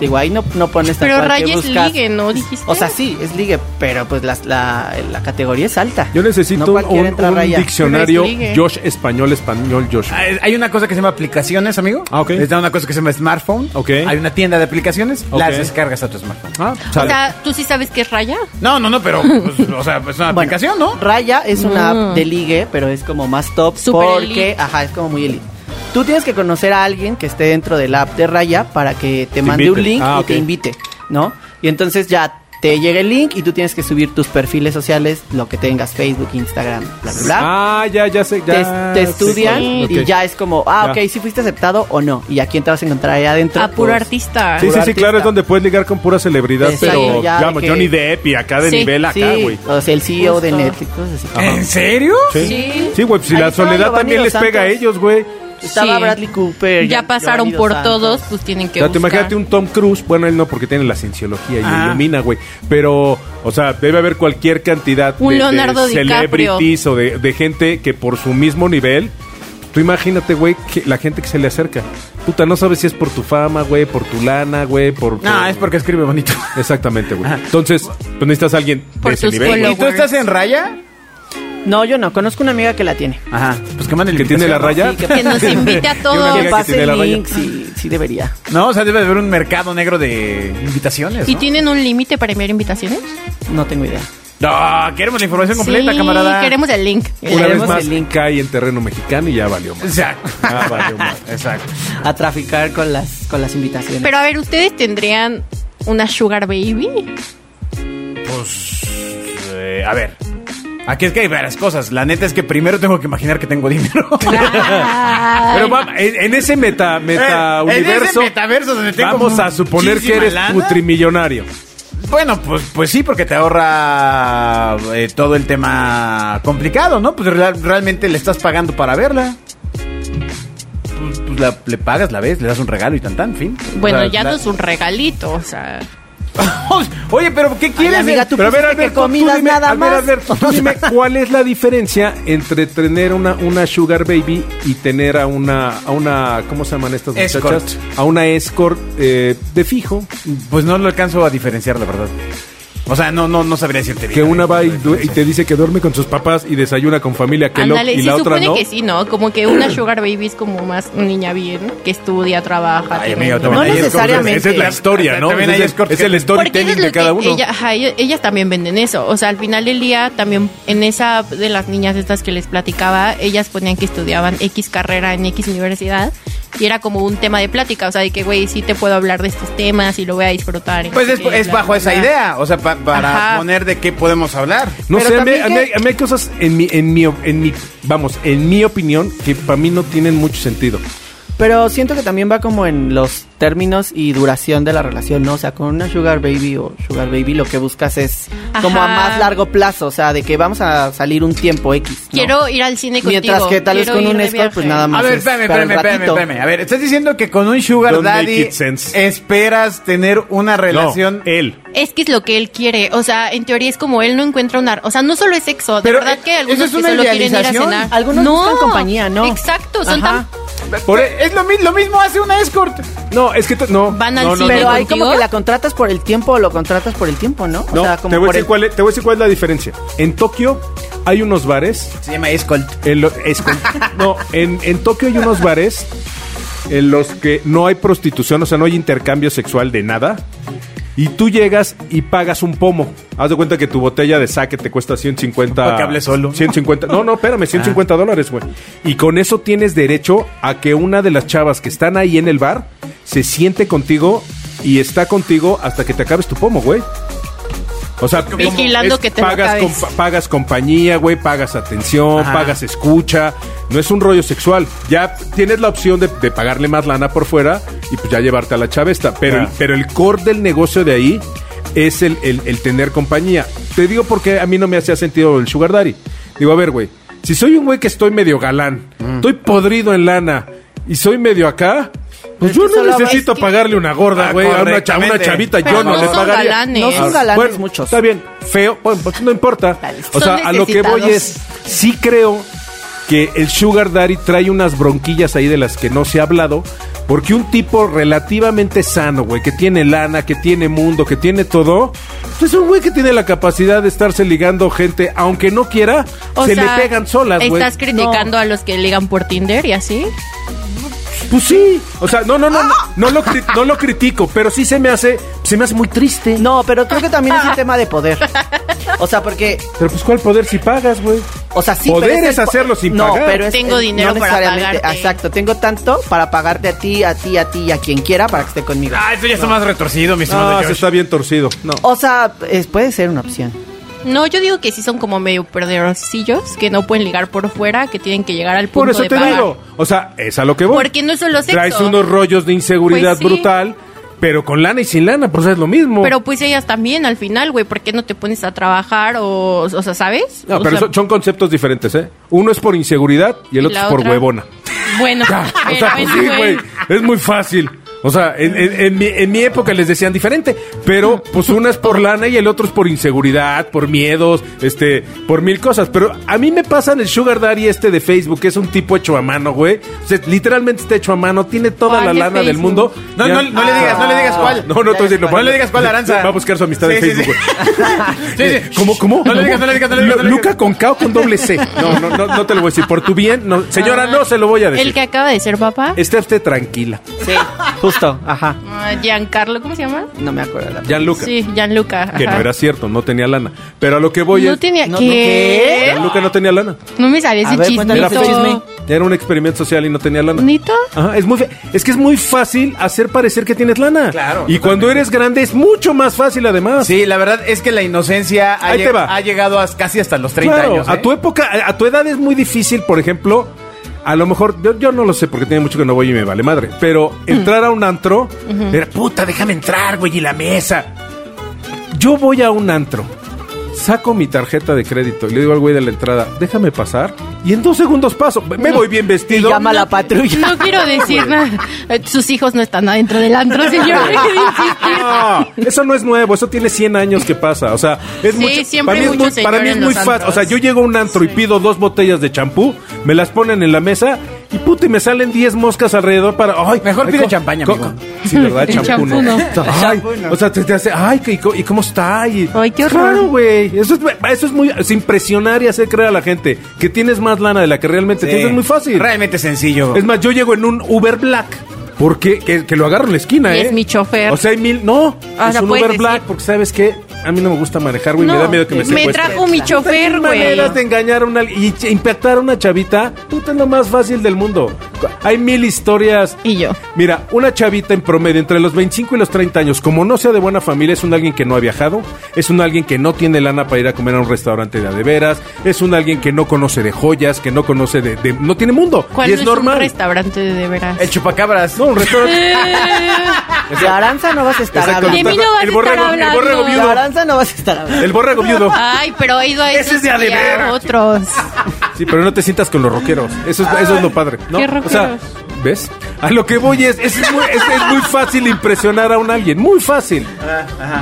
Speaker 5: Digo, ahí no, no pones tal
Speaker 4: Pero
Speaker 5: cual,
Speaker 4: Raya
Speaker 5: que
Speaker 4: es
Speaker 5: buscas-
Speaker 4: ligue, ¿no? Dijiste.
Speaker 5: O sea, sí, es ligue, pero pues las- la, la categoría es alta.
Speaker 3: Yo necesito un,
Speaker 5: No cualquiera entra a
Speaker 3: un
Speaker 5: Raya.
Speaker 3: diccionario
Speaker 4: Pero es ligue.
Speaker 3: Josh español, español Josh.
Speaker 2: Ah, Hay una cosa que se llama aplicaciones, amigo.
Speaker 3: Ah, ok.
Speaker 2: Está una cosa que se llama smartphone.
Speaker 3: Ok.
Speaker 2: Hay una tienda de aplicaciones.
Speaker 3: Ok.
Speaker 2: Las descargas a tu smartphone.
Speaker 3: Ah,
Speaker 4: O
Speaker 3: sale.
Speaker 4: sea, ¿tú sí sabes qué es Raya?
Speaker 2: No, no, no, pero, pues, o sea, pues, es una
Speaker 5: Bueno,
Speaker 2: aplicación, ¿no?
Speaker 5: Raya es una
Speaker 4: Mm.
Speaker 5: app de ligue, pero es como más top
Speaker 4: Super
Speaker 5: porque,
Speaker 4: elite.
Speaker 5: ajá, es como muy elite. Tú tienes que conocer a alguien que esté dentro de la app de Raya para que te, mande
Speaker 3: invite.
Speaker 5: un link
Speaker 3: Ah,
Speaker 5: y
Speaker 3: ok.
Speaker 5: te invite, ¿no? Y entonces ya te llega el link y tú tienes que subir tus perfiles sociales, lo que tengas, Facebook, Instagram, bla, bla, bla.
Speaker 3: Ah, ya, ya sé.
Speaker 5: te,
Speaker 3: Ya,
Speaker 5: te estudian
Speaker 3: sí,
Speaker 5: y
Speaker 3: ok.
Speaker 5: ya es como, ah,
Speaker 3: Ya.
Speaker 5: ok, si fuiste aceptado o no. Y a quién te vas a encontrar allá adentro.
Speaker 4: A puro
Speaker 5: Pues,
Speaker 4: artista.
Speaker 3: Sí, sí, sí,
Speaker 5: artista.
Speaker 3: claro, es donde puedes ligar con pura celebridad,
Speaker 5: Exacto,
Speaker 3: pero
Speaker 5: ya de
Speaker 3: digamos,
Speaker 5: que-
Speaker 3: Johnny Depp y acá de
Speaker 4: Sí,
Speaker 3: nivel acá,
Speaker 5: sí,
Speaker 3: güey.
Speaker 5: o sea, el CEO de
Speaker 4: Justo.
Speaker 5: Netflix, cosas así.
Speaker 3: Ajá.
Speaker 2: ¿En serio?
Speaker 4: Sí.
Speaker 3: Sí, güey, pues si
Speaker 5: Ahí
Speaker 3: la
Speaker 5: estaba
Speaker 3: soledad
Speaker 5: Giovanni
Speaker 3: también
Speaker 5: Dos
Speaker 3: les pega a
Speaker 5: Santos.
Speaker 3: ellos, güey.
Speaker 5: Estaba
Speaker 4: Sí.
Speaker 5: Bradley Cooper.
Speaker 4: Ya pasaron
Speaker 5: Giovanni
Speaker 4: por
Speaker 5: Dos Santos.
Speaker 4: todos, pues tienen
Speaker 3: O
Speaker 4: que
Speaker 3: sea, te
Speaker 4: buscar.
Speaker 3: imagínate un Tom Cruise, bueno, él no porque tiene la cienciología y
Speaker 2: Ah.
Speaker 3: ilumina, güey. Pero, o sea, debe haber cualquier cantidad
Speaker 4: Un Leonardo DiCaprio.
Speaker 3: celebrities o de, de gente que por su mismo nivel. Tú imagínate, güey, que la gente que se le acerca. Puta, no sabes si es por tu fama, güey, por tu lana, güey, por...
Speaker 2: No,
Speaker 3: por-
Speaker 2: es porque escribe bonito.
Speaker 3: Exactamente, güey. Entonces, pues necesitas a alguien
Speaker 4: Por
Speaker 3: de ese
Speaker 4: tus
Speaker 3: nivel, güey.
Speaker 2: ¿Y tú estás en raya?
Speaker 5: No, yo no. Conozco una amiga que la tiene.
Speaker 2: Ajá. Pues que mande la
Speaker 3: ¿Que tiene la
Speaker 2: invitación,
Speaker 3: raya?
Speaker 5: Sí, que-
Speaker 4: Que nos invite a
Speaker 3: una
Speaker 4: todos.
Speaker 3: amiga
Speaker 5: Que
Speaker 3: que
Speaker 5: pase
Speaker 3: tiene la
Speaker 5: el
Speaker 3: raya.
Speaker 5: link, sí, sí debería.
Speaker 2: No, o sea, debe de haber un mercado negro de invitaciones.
Speaker 4: ¿Y
Speaker 2: ¿no?
Speaker 4: tienen un límite para enviar invitaciones?
Speaker 5: No tengo idea.
Speaker 2: No, queremos la información completa,
Speaker 4: sí,
Speaker 2: camarada.
Speaker 4: queremos el link.
Speaker 3: Una vez
Speaker 5: Leemos
Speaker 3: más
Speaker 5: el link.
Speaker 3: cae en terreno mexicano y ya valió más.
Speaker 2: Exacto.
Speaker 3: Ah, valió más.
Speaker 2: Exacto.
Speaker 5: a traficar con las, con las invitaciones.
Speaker 4: Pero a ver, ¿ustedes tendrían una sugar baby?
Speaker 2: Pues. eh, a ver. Aquí es que hay varias cosas. La neta es que primero tengo que imaginar que tengo dinero.
Speaker 4: Ah.
Speaker 3: Pero va- en, en ese meta, meta
Speaker 2: Eh, en ese
Speaker 3: universo,
Speaker 2: metaverso donde tengo
Speaker 3: vamos a suponer que
Speaker 2: muchísima
Speaker 3: eres
Speaker 2: lana.
Speaker 3: putrimillonario.
Speaker 2: Bueno, pues, pues sí, porque te ahorra eh, todo el tema complicado, ¿no? Pues real- realmente le estás pagando para verla. Pues, pues la- le pagas, la ves, le das un regalo y tan tan, fin. O
Speaker 4: Bueno,
Speaker 2: sea,
Speaker 4: ya
Speaker 2: la-
Speaker 4: no es un regalito, o sea.
Speaker 2: Oye, pero ¿qué quieres?
Speaker 5: amiga, tú
Speaker 3: Pero a ver,
Speaker 5: pusiste que
Speaker 3: Alberto, tú
Speaker 5: comidas
Speaker 3: dime,
Speaker 5: nada
Speaker 3: a ver,
Speaker 5: más.
Speaker 3: Alberto, tú dime cuál es la diferencia entre tener una, una sugar baby y tener a una, a una, ¿cómo se llaman estas
Speaker 2: Escort.
Speaker 3: muchachas? A una escort eh, de fijo,
Speaker 2: Pues no lo alcanzo a diferenciar, la verdad. O sea, no, no, no sabría decirte bien. ¿eh?
Speaker 3: que una va y, du- y te dice que duerme con sus papás y desayuna con familia que lo,
Speaker 4: Ándale,
Speaker 3: y
Speaker 4: sí
Speaker 3: la otra
Speaker 4: supone
Speaker 3: no.
Speaker 4: que sí, ¿no? Como que una sugar baby es como más una niña bien, que estudia, trabaja.
Speaker 2: Ay,
Speaker 4: tiene-
Speaker 2: amigo,
Speaker 4: ¿no?
Speaker 5: No
Speaker 2: ahí es como-
Speaker 5: necesariamente.
Speaker 2: Esa es la historia, ¿no?
Speaker 3: También hay
Speaker 2: Es el-
Speaker 3: escorts
Speaker 2: es el
Speaker 3: que-
Speaker 4: Porque eso es
Speaker 3: storytelling de
Speaker 4: lo que
Speaker 3: cada uno.
Speaker 4: ella- ajá, ellos- ellas también venden eso. O sea, al final del día, también en esa de las niñas estas que les platicaba, ellas ponían que estudiaban X carrera en X universidad y era como un tema de plática. O sea, de que, güey, sí te puedo hablar de estos temas y lo voy a disfrutar. y no
Speaker 2: Pues
Speaker 4: sé
Speaker 2: es,
Speaker 4: qué,
Speaker 2: es
Speaker 4: bla,
Speaker 2: bajo
Speaker 4: bla,
Speaker 2: esa
Speaker 5: Ah.
Speaker 4: bla.
Speaker 2: idea, o sea, pa- para
Speaker 4: Ajá.
Speaker 2: poner de qué podemos hablar.
Speaker 3: No
Speaker 4: Pero
Speaker 3: sé, a mí,
Speaker 4: también
Speaker 3: a mí-
Speaker 4: que-
Speaker 3: a mí hay cosas en mi, en mi, en mi, vamos, en mi opinión, que para mí no tienen mucho sentido.
Speaker 5: Pero siento que también va como en los términos y duración de la relación, ¿no? O sea, con una sugar baby o sugar baby lo que buscas es como a
Speaker 4: Ajá.
Speaker 5: más largo plazo, o sea, de que vamos a salir un tiempo X. ¿no?
Speaker 4: Quiero ir al cine contigo.
Speaker 5: Mientras que tal vez
Speaker 4: quiero
Speaker 5: con
Speaker 4: ir
Speaker 5: un
Speaker 4: de
Speaker 5: escort, pues
Speaker 4: viaje.
Speaker 5: nada más.
Speaker 2: A ver,
Speaker 5: es
Speaker 2: espérame,
Speaker 5: para el
Speaker 2: espérame, espérame,
Speaker 5: ratito.
Speaker 2: espérame. A ver, estás diciendo que con un sugar
Speaker 3: Don't make
Speaker 2: daddy
Speaker 3: it sense.
Speaker 2: esperas tener una relación.
Speaker 3: No, él.
Speaker 4: Es que es lo que él quiere. O sea, en teoría es como él no encuentra una. O sea, no solo es sexo. De
Speaker 2: Pero,
Speaker 4: verdad
Speaker 2: eh,
Speaker 4: que algunos
Speaker 2: ¿eso es
Speaker 4: que
Speaker 2: una
Speaker 4: solo quieren ir a
Speaker 2: idealización?
Speaker 4: cenar.
Speaker 5: Algunos buscan compañía, ¿no?
Speaker 4: Exacto. Son
Speaker 5: Ajá.
Speaker 4: tan
Speaker 3: Por-
Speaker 2: e, es lo, mi- lo mismo hace una escort.
Speaker 3: No, es que t- no.
Speaker 4: Van al
Speaker 3: no, no,
Speaker 4: cine.
Speaker 3: no,
Speaker 5: Pero
Speaker 4: ¿Viene
Speaker 5: hay como
Speaker 4: contigo?
Speaker 5: que la contratas por el tiempo o lo contratas por el tiempo, ¿no?
Speaker 3: No,
Speaker 5: o sea, como
Speaker 3: te, voy a
Speaker 5: por
Speaker 3: decir
Speaker 5: el...
Speaker 3: cuál es, te voy a decir cuál es la diferencia. En Tokio hay unos bares.
Speaker 2: Se llama escort.
Speaker 3: En lo- es con- no, en, en Tokio hay unos bares en los que no hay prostitución, o sea, no hay intercambio sexual de nada. Y tú llegas y pagas un pomo. Haz de cuenta que tu botella de saque te cuesta 150.
Speaker 2: Para que hable solo. Ah.
Speaker 3: 150. No, no, espérame, 150 dólares, güey. Y con eso tienes derecho a que una de las chavas que están ahí en el bar se siente contigo y está contigo hasta que te acabes tu pomo, güey. O sea,
Speaker 4: Vigilando que te lo
Speaker 3: pagas,
Speaker 4: acabes.
Speaker 3: compa- pagas compañía, güey, pagas atención,
Speaker 2: Ajá.
Speaker 3: pagas escucha. No es un rollo sexual. Ya tienes la opción de, de pagarle más lana por fuera y pues ya llevarte a la chavesta. Pero, el,
Speaker 2: Claro.
Speaker 3: pero el core del negocio de ahí es el, el- el tener compañía. Te digo porque a mí no me hacía sentido el sugar daddy. Digo, a ver, güey, si soy un güey que estoy medio galán,
Speaker 2: Mm.
Speaker 3: estoy podrido en lana y soy medio acá... Pues
Speaker 5: Es
Speaker 3: yo
Speaker 5: que
Speaker 3: no
Speaker 5: solo va-
Speaker 3: necesito
Speaker 4: es que-
Speaker 3: pagarle una gorda,
Speaker 2: Ah,
Speaker 3: güey, a una, cha- a una
Speaker 2: correctamente.
Speaker 3: chavita,
Speaker 4: Pero
Speaker 3: yo no,
Speaker 4: no
Speaker 3: le
Speaker 4: son
Speaker 3: pagaría.
Speaker 4: galanes.
Speaker 5: No son
Speaker 4: Ahora,
Speaker 5: galanes
Speaker 3: Ah, Bueno,
Speaker 5: muchos.
Speaker 3: Está bien, feo, bueno, pues no importa.
Speaker 5: Dale.
Speaker 3: O sea,
Speaker 4: Son
Speaker 3: a lo que voy es, sí creo que el Sugar Daddy trae unas bronquillas ahí de las que no se ha hablado, porque un tipo relativamente sano, güey, que tiene lana, que tiene mundo, que tiene todo, pues es un güey que tiene la capacidad de estarse ligando gente, aunque no quiera,
Speaker 4: O
Speaker 3: se
Speaker 4: sea,
Speaker 3: le pegan solas, güey.
Speaker 4: Estás criticando a los que ligan por Tinder y así.
Speaker 3: No, pues sí, o sea, no, no, no,
Speaker 4: Ah.
Speaker 3: no, no lo, cri- no lo critico, pero sí se me hace, se me hace muy triste.
Speaker 5: No, pero creo que también es un tema de poder. O sea, porque
Speaker 3: Pero pues cuál poder si pagas, güey.
Speaker 5: O sea, sí,
Speaker 3: Poder
Speaker 5: pero
Speaker 3: es
Speaker 5: el-
Speaker 3: hacerlo sin
Speaker 5: no,
Speaker 3: pagar.
Speaker 5: Pero es,
Speaker 4: Tengo
Speaker 5: eh,
Speaker 4: dinero
Speaker 5: no
Speaker 4: para
Speaker 5: necesariamente,
Speaker 4: pagarte.
Speaker 5: Exacto, tengo tanto para pagarte a ti, a ti, a ti y a quien quiera para que esté conmigo.
Speaker 2: Ah, esto ya está más retorcido, mi estimado
Speaker 3: Ah,
Speaker 2: Josh.
Speaker 3: se está bien torcido. No.
Speaker 5: O sea, es- puede ser una opción.
Speaker 4: No, yo digo que sí son como medio perderosillos, que no pueden ligar por fuera, que tienen que llegar al punto
Speaker 3: Por eso
Speaker 4: de
Speaker 3: te
Speaker 4: pagar.
Speaker 3: digo. O sea, es a lo que voy.
Speaker 4: Porque no es solo sexo.
Speaker 3: Traes unos rollos de inseguridad
Speaker 4: Pues sí.
Speaker 3: brutal, pero con lana y sin lana, pues es lo mismo.
Speaker 4: Pero pues ellas también al final, güey, ¿por qué no te pones a trabajar o, o sea, sabes?
Speaker 3: No,
Speaker 4: O
Speaker 3: pero
Speaker 4: sea,
Speaker 3: son- son conceptos diferentes, ¿eh? Uno es por inseguridad y el
Speaker 4: ¿Y
Speaker 3: otro
Speaker 4: la
Speaker 3: es por
Speaker 4: otra?
Speaker 3: huevona.
Speaker 4: Bueno,
Speaker 3: Ya, o
Speaker 4: pero
Speaker 3: sea, pues
Speaker 4: es
Speaker 3: sí,
Speaker 4: güey.
Speaker 3: güey. Es muy fácil. O sea, en, en- en mi, en mi época les decían diferente, pero pues una es por lana y el otro es por inseguridad, por miedos, este, por mil cosas. Pero a mí me pasan el Sugar Daddy este de Facebook, que es un tipo hecho a mano, güey. O sea, literalmente está hecho a mano, tiene toda
Speaker 4: ¿Cuál
Speaker 3: la
Speaker 4: de
Speaker 3: lana del
Speaker 4: Facebook?
Speaker 3: mundo.
Speaker 2: No,
Speaker 3: Ya-
Speaker 2: no, no le digas, no le
Speaker 5: Ah.
Speaker 2: digas cuál.
Speaker 3: No, no, te voy a decir, no,
Speaker 2: No le digas cuál, Aranza.
Speaker 3: Va a buscar su amistad en
Speaker 2: Sí, sí,
Speaker 3: Facebook,
Speaker 2: sí.
Speaker 3: güey.
Speaker 2: Sí, sí.
Speaker 3: Eh, ¿Cómo, cómo?
Speaker 2: No le digas, no le digas, no le digas, no le
Speaker 3: Lu- Luca
Speaker 2: digas.
Speaker 3: con K o con doble C. No, no, no, no te lo voy a
Speaker 4: Ah.
Speaker 3: decir. Por tu bien, no. Señora, no se lo voy a decir.
Speaker 4: El que acaba de ser papá.
Speaker 3: Esté usted tranquila.
Speaker 5: Sí, Justo, ajá.
Speaker 4: Ah, Giancarlo, ¿cómo se llama?
Speaker 5: No me acuerdo la
Speaker 3: Gianluca.
Speaker 4: Sí, Gianluca. ajá.
Speaker 3: Que no era cierto, no tenía lana. Pero a lo que voy
Speaker 4: No
Speaker 3: es.
Speaker 4: tenía.
Speaker 5: no-
Speaker 4: ¿Qué?
Speaker 3: Gianluca no tenía lana.
Speaker 4: No me sabía
Speaker 5: A
Speaker 4: ese
Speaker 5: ver, cuéntame
Speaker 4: chismito.
Speaker 3: ese
Speaker 5: chisme.
Speaker 3: Era un experimento social y no tenía lana.
Speaker 4: ¿Nito?
Speaker 3: Ajá, es muy fe- es que es muy fácil hacer parecer que tienes lana.
Speaker 2: Claro,
Speaker 3: Y
Speaker 2: totalmente.
Speaker 3: cuando eres grande es mucho más fácil además.
Speaker 2: Sí, la verdad es que la inocencia ha,
Speaker 3: Ahí te
Speaker 2: lleg-
Speaker 3: va.
Speaker 2: ha llegado a- casi hasta los 30
Speaker 3: Claro,
Speaker 2: años. ¿eh?
Speaker 3: A tu época, a- a tu edad es muy difícil, por ejemplo, a lo mejor, yo, yo no lo sé porque tiene mucho que no voy y me vale madre, pero entrar a un antro era puta, déjame entrar, güey, y la mesa. Yo voy a un antro, saco mi tarjeta de crédito y le digo al güey de la entrada, déjame pasar, y en dos segundos paso, me- me voy bien vestido.
Speaker 5: Llama a la patrulla.
Speaker 4: No quiero decir nada. Eh, Sus hijos no están adentro del antro, señor.
Speaker 3: No, Ah, eso no es nuevo, eso tiene 100 años que pasa. O sea, es
Speaker 4: Sí,
Speaker 3: mucho-
Speaker 4: siempre
Speaker 3: para mí
Speaker 4: hay
Speaker 3: es
Speaker 4: mucho
Speaker 3: muy,
Speaker 4: señor
Speaker 3: para mí es
Speaker 4: en
Speaker 3: muy
Speaker 4: los
Speaker 3: fácil. O
Speaker 4: antros.
Speaker 3: sea, yo llego a un antro y pido dos botellas de champú, me las ponen en la mesa y puta, y me salen 10 moscas alrededor para. Ay,
Speaker 2: Mejor
Speaker 3: ay,
Speaker 2: pide
Speaker 3: co-
Speaker 2: champaña,
Speaker 3: co-
Speaker 2: amigo.
Speaker 3: Sí, ¿verdad?
Speaker 4: El
Speaker 3: champú no. Ay, o sea, te, te hace, ay, ¿y, co- y cómo está? Y,
Speaker 4: Ay, qué horror.
Speaker 3: Claro, güey. Eso es, eso es muy. Es impresionar y hacer creer a la gente que tienes más lana de la que realmente
Speaker 2: Sí.
Speaker 3: tienes. Es muy fácil.
Speaker 2: Realmente sencillo.
Speaker 3: Es más, yo llego en un Uber Black. Porque que, que lo agarro en la esquina,
Speaker 4: Y
Speaker 3: ¿eh?
Speaker 4: es mi chofer.
Speaker 3: O sea, hay mil. No,
Speaker 4: Ah, o
Speaker 3: es
Speaker 4: sea,
Speaker 3: un
Speaker 4: puedes
Speaker 3: Uber
Speaker 4: decir.
Speaker 3: Black. Porque sabes que a mí no me gusta manejar, güey. me da miedo que me
Speaker 4: me
Speaker 3: secuestren.
Speaker 4: trajo mi chofer,
Speaker 3: Hay
Speaker 4: güey.
Speaker 3: maneras de engañar a una. y ch- impactar a una chavita. Puta, es lo más fácil del mundo. Hay mil historias.
Speaker 4: Y yo.
Speaker 3: Mira, una chavita en promedio entre los 25 y los 30 años, como no sea de buena familia, es un alguien que no ha viajado, es un alguien que no tiene lana para ir a comer a un restaurante de a de veras, es un alguien que no conoce de joyas, que no conoce de... de- no tiene mundo.
Speaker 4: ¿Cuál
Speaker 3: y es
Speaker 4: no
Speaker 3: normal.
Speaker 4: un restaurante de veras?
Speaker 2: El chupacabras.
Speaker 3: no, un restaurante...
Speaker 5: De Aranza no vas a estar
Speaker 3: Exacto.
Speaker 4: De
Speaker 5: hablando.
Speaker 4: mí no vas
Speaker 3: El
Speaker 4: a
Speaker 3: borrego-
Speaker 4: estar hablando.
Speaker 3: el borrego
Speaker 5: De
Speaker 3: viudo.
Speaker 5: Aranza no vas a estar hablando.
Speaker 3: el borrego viudo.
Speaker 4: Ay, pero he ido a
Speaker 3: Ese
Speaker 4: esos
Speaker 3: es de a de
Speaker 4: y a
Speaker 3: veras.
Speaker 4: otros.
Speaker 3: Sí, pero no te sientas con los rockeros. Eso es, eso es lo padre. ¿no?
Speaker 4: ¿Qué
Speaker 3: O sea,
Speaker 4: rockeros?
Speaker 3: ¿ves? A lo que voy es, es, muy, es- es muy fácil impresionar a un alguien. Muy fácil.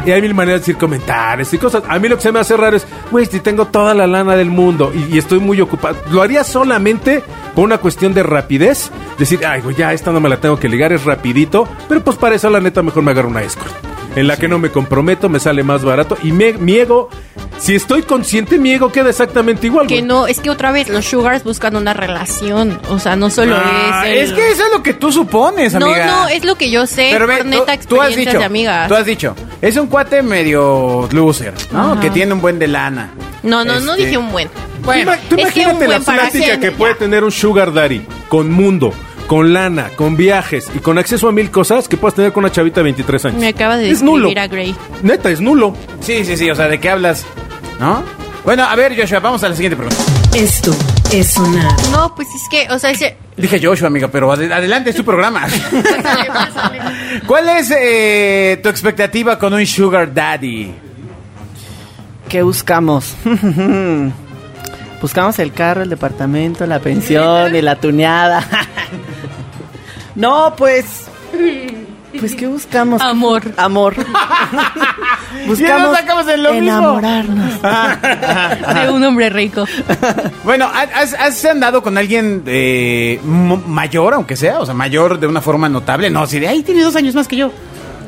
Speaker 3: Y hay mil maneras de decir comentarios y cosas. A mí lo que se me hace raro es, güey, si tengo toda la lana del mundo y, y estoy muy ocupado, lo haría solamente por una cuestión de rapidez. Decir, ay, güey, ya esta no me la tengo que ligar, es rapidito. Pero pues para eso, la neta, mejor me agarro una escort. En la que no me comprometo, me sale más barato. Y me, mi ego, si estoy consciente, mi ego queda exactamente igual.
Speaker 4: Que
Speaker 3: güey.
Speaker 4: no, es que otra vez los sugars buscan una relación. O sea, no solo
Speaker 2: Ah,
Speaker 4: es. el-
Speaker 2: Es que eso es lo que tú supones,
Speaker 4: No,
Speaker 2: amiga.
Speaker 4: no, es lo que yo sé.
Speaker 2: Pero ve,
Speaker 4: por neta
Speaker 2: tú, tú has
Speaker 4: experiencias
Speaker 2: dicho,
Speaker 4: de amigas.
Speaker 2: tú has dicho, es un cuate medio loser, ¿no?
Speaker 4: Ajá.
Speaker 2: Que tiene un buen de lana.
Speaker 4: No, no, no
Speaker 2: Este,
Speaker 4: dije un buen.
Speaker 3: Ima- tú
Speaker 4: es que un
Speaker 3: imagínate la
Speaker 4: buen para
Speaker 3: plática
Speaker 4: hacer-
Speaker 3: que puede tener un sugar daddy con mundo, con lana, con viajes y con acceso a mil cosas que puedas tener con una chavita de 23 años.
Speaker 4: Me acaba de
Speaker 3: es nulo.
Speaker 4: describir a Grey.
Speaker 3: Neta, es nulo.
Speaker 2: Sí, sí, sí, o sea, ¿de qué hablas? ¿No? Bueno, a ver, Joshua, vamos a la siguiente pregunta.
Speaker 1: Esto es sonar.
Speaker 4: No, pues es que, o sea, ese-
Speaker 2: Dije Joshua, amiga, pero ade- adelante, es tu programa.
Speaker 4: pásale, pásale.
Speaker 2: ¿Cuál es eh, tu expectativa con un sugar daddy?
Speaker 5: ¿Qué buscamos? buscamos el carro, el departamento, la pensión y la tuneada. no, pues. Pues, ¿qué buscamos?
Speaker 4: Amor.
Speaker 5: Amor. buscamos
Speaker 2: acabamos en lo mismo.
Speaker 5: enamorarnos.
Speaker 4: de un hombre rico.
Speaker 2: Bueno, ¿has, has andado con alguien eh, mo- mayor, aunque sea? O sea, mayor de una forma notable. No, si de ahí tiene dos años más que yo.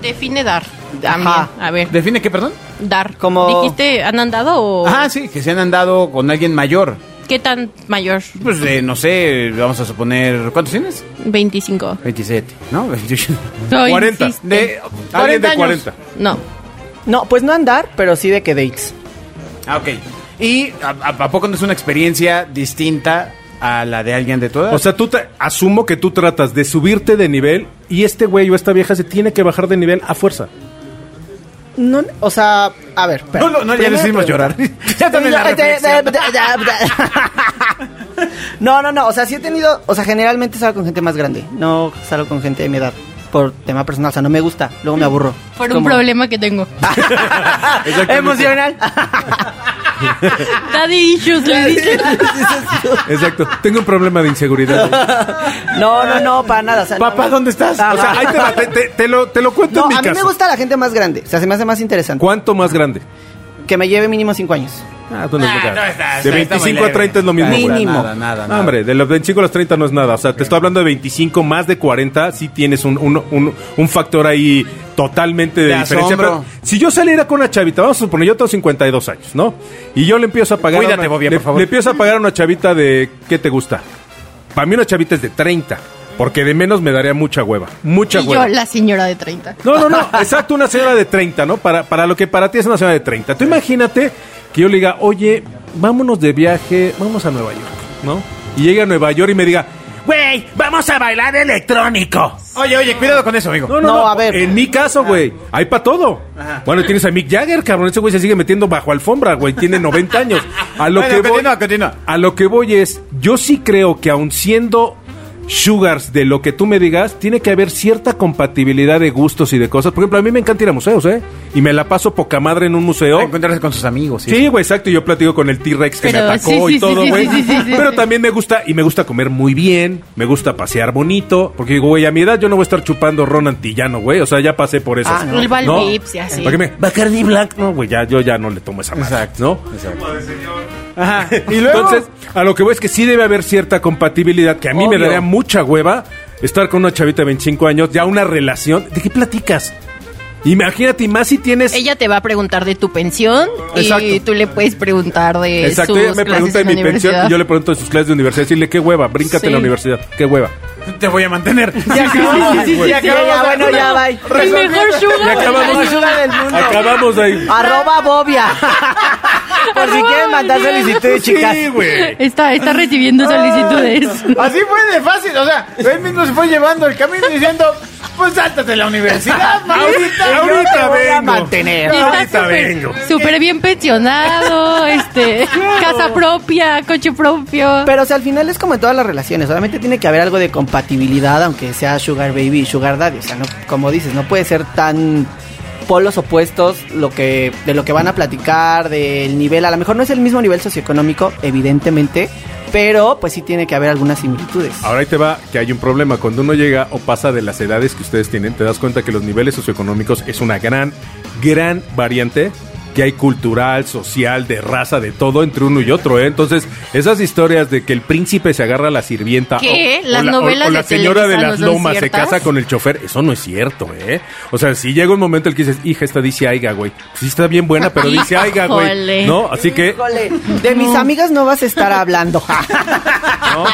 Speaker 4: Define dar. También.
Speaker 5: Ajá.
Speaker 4: A ver,
Speaker 2: ¿Define qué, perdón?
Speaker 4: dar.
Speaker 5: Como-
Speaker 4: ¿Dijiste, han andado o
Speaker 2: Ah, sí, que se han andado con alguien mayor.
Speaker 4: qué tan mayor?
Speaker 2: Pues eh, no sé, vamos a suponer. ¿Cuántos tienes?
Speaker 4: 25.
Speaker 2: 27, ¿no? 28.
Speaker 4: No,
Speaker 3: 40.
Speaker 4: insiste.
Speaker 2: De,
Speaker 3: Alguien de
Speaker 2: 40
Speaker 3: 40.
Speaker 2: años.
Speaker 4: No.
Speaker 5: No, pues no andar, pero sí de que dates.
Speaker 2: Ah, ok. ¿Y a, a- a poco no es una experiencia distinta a la de alguien de todas?
Speaker 3: O sea, tú te- asumo que tú tratas de subirte de nivel y este güey o esta vieja se tiene que bajar de nivel a fuerza.
Speaker 5: No, o sea, a ver. espera.
Speaker 2: no, no, no, ya
Speaker 5: Primera
Speaker 2: les hicimos
Speaker 5: pregunta.
Speaker 2: llorar. ya también la
Speaker 5: eh,
Speaker 2: reflexión.
Speaker 5: No, no, no. O sea, sí he tenido. O sea, generalmente salgo con gente más grande. No salgo con gente de mi edad. Por tema personal. O sea, no me gusta. Luego me aburro.
Speaker 4: Por un
Speaker 5: Como-
Speaker 4: problema que tengo.
Speaker 5: Emocional.
Speaker 4: Daddy issues, le dicen.
Speaker 3: Exacto. Tengo un problema de inseguridad.
Speaker 5: No, no, no, para nada. o sea,
Speaker 2: Papá,
Speaker 5: no-
Speaker 2: ¿dónde estás?
Speaker 5: Ajá.
Speaker 3: O sea, ahí te, va, te- te- te lo, te lo cuento
Speaker 5: No,
Speaker 3: en mi
Speaker 5: a mí
Speaker 3: caso.
Speaker 5: me gusta la gente más grande. O sea, se me hace más interesante.
Speaker 3: ¿Cuánto más grande?
Speaker 5: Que me lleve mínimo cinco años.
Speaker 3: Ah, tú no es
Speaker 2: Ah,
Speaker 3: loca.
Speaker 2: no está-
Speaker 3: de
Speaker 2: está- está muy
Speaker 3: 25 a
Speaker 2: leve.
Speaker 3: 30 es lo mismo. güey.
Speaker 5: Mínimo.
Speaker 2: Nada, nada, nada.
Speaker 3: No, hombre, de los 25 a los 30 no es nada. O sea, te estoy hablando de 25 más de 40. Sí tienes un, un, un, un factor ahí totalmente de,
Speaker 2: De
Speaker 3: diferencia.
Speaker 2: asombro.
Speaker 3: Pero si yo saliera con una chavita, vamos a suponer, yo tengo 52 años, ¿no? Y yo le empiezo a pagar.
Speaker 2: Cuídate,
Speaker 3: a una-
Speaker 2: Bobia,
Speaker 3: le-
Speaker 2: por favor.
Speaker 3: Le empiezo a pagar a una chavita de. ¿Qué te gusta? Para mí una chavita es de 30. Porque de menos me daría mucha hueva. Mucha
Speaker 4: y
Speaker 3: hueva.
Speaker 4: yo, la señora de 30.
Speaker 3: No, no, no, exacto, una señora de 30, ¿no? Para, para lo que para ti es una señora de 30. Tú imagínate que yo le diga, oye, vámonos de viaje, vamos a Nueva York, ¿no? Y llegue a Nueva York y me diga, güey, vamos a bailar electrónico.
Speaker 2: Oye, oye, cuidado con eso, amigo.
Speaker 3: No, no,
Speaker 5: No,
Speaker 3: no,
Speaker 5: a ver.
Speaker 3: En mi caso, güey, hay para todo. Bueno, tienes a Mick Jagger, cabrón. Ese güey se sigue metiendo bajo alfombra, güey. Tiene 90 años. A lo
Speaker 2: Bueno,
Speaker 3: que voy,
Speaker 2: continúa, continúa.
Speaker 3: A lo que voy es, yo sí creo que aun siendo sugars de lo que tú me digas, tiene que haber cierta compatibilidad de gustos y de cosas. Por ejemplo, a mí me encanta ir a museos, ¿eh? Y me la paso poca madre en un museo.
Speaker 2: A encontrarse con sus amigos.
Speaker 3: Sí, güey, exacto. Yo platico con el T-Rex que
Speaker 4: Pero
Speaker 3: me atacó
Speaker 4: sí, sí,
Speaker 3: y
Speaker 4: sí,
Speaker 3: todo,
Speaker 4: sí,
Speaker 3: güey.
Speaker 4: sí, sí, sí,
Speaker 3: Pero
Speaker 4: sí.
Speaker 3: también me gusta, y me gusta comer muy bien, me gusta pasear bonito, porque digo, güey, a mi edad yo no voy a estar chupando ron antillano, güey. O sea, ya pasé por esas.
Speaker 5: Ah,
Speaker 4: no. El Val Vips y así.
Speaker 3: ¿Para qué me? Bacardi Black. No, güey, ya, yo ya no le tomo esa madre,
Speaker 2: Exacto.
Speaker 3: ¿no?
Speaker 2: Ajá. Y luego.
Speaker 3: Entonces, a lo que voy es que sí debe haber cierta compatibilidad, que a mí me
Speaker 5: Obvio.
Speaker 3: daría mucha hueva estar con una chavita de 25 años, ya una relación. ¿De qué platicas? Imagínate, y más si tienes...
Speaker 4: Ella te va a preguntar de tu pensión y
Speaker 3: Exacto.
Speaker 4: tú le puedes preguntar de
Speaker 3: Exacto,
Speaker 4: Eh, sus
Speaker 3: ella me
Speaker 4: clases
Speaker 3: pregunta de
Speaker 4: en
Speaker 3: mi
Speaker 4: la
Speaker 3: pensión
Speaker 4: universidad.
Speaker 3: y yo le pregunto de sus clases de universidad. Dile, qué hueva, bríncate
Speaker 4: Sí.
Speaker 3: en la universidad, qué hueva.
Speaker 2: te voy a mantener.
Speaker 5: sí, sí, sí, sí, ya, bueno, ya, bye.
Speaker 4: El mejor sugar,
Speaker 3: acabamos.
Speaker 5: El sugar del mundo.
Speaker 3: Acabamos ahí.
Speaker 5: Arroba Bobia. Por si quieren mandar solicitudes, chicas.
Speaker 3: Sí, güey.
Speaker 4: Está, está
Speaker 3: Ah.
Speaker 4: recibiendo solicitudes.
Speaker 2: Así fue de fácil. O sea, él mismo se fue llevando el camino diciendo: Pues sáltate de la universidad,
Speaker 3: Ahorita,
Speaker 2: mamita.
Speaker 3: ahorita
Speaker 5: voy a
Speaker 3: vengo.
Speaker 5: mantener.
Speaker 3: Ahorita
Speaker 4: Está
Speaker 3: vengo.
Speaker 4: súper- súper bien pensionado, este, casa propia, coche propio.
Speaker 5: Pero o sea, al final es como en todas las relaciones, solamente tiene que haber algo de compatibilidad, aunque sea Sugar Baby y Sugar Daddy. O sea, no, como dices, no puede ser tan polos opuestos lo que, de lo que van a platicar, del nivel, a lo mejor no es el mismo nivel socioeconómico, evidentemente, pero pues sí tiene que haber algunas similitudes.
Speaker 3: Ahora ahí te va que hay un problema. Cuando uno llega o pasa de las edades que ustedes tienen, te das cuenta que los niveles socioeconómicos es una gran, gran variante que hay cultural, social, de raza, de todo entre uno y otro. ¿eh? Entonces, esas historias de que el príncipe se agarra a la sirvienta
Speaker 4: ¿Qué?
Speaker 3: o- o,
Speaker 4: ¿Las
Speaker 3: la,
Speaker 4: novelas
Speaker 3: o- o la
Speaker 4: de
Speaker 3: señora de
Speaker 4: Televisa
Speaker 3: las
Speaker 4: no son
Speaker 3: lomas
Speaker 4: ciertas?
Speaker 3: se casa con el chofer, eso no es cierto. ¿eh? O sea, si llega un momento en el que dices, hija, esta dice aiga, güey. Sí está bien buena, pero dice aiga, güey.
Speaker 4: Híjole.
Speaker 3: ¿No? Así que...
Speaker 5: Híjole, de mis amigas no vas a estar hablando.
Speaker 3: ¿no?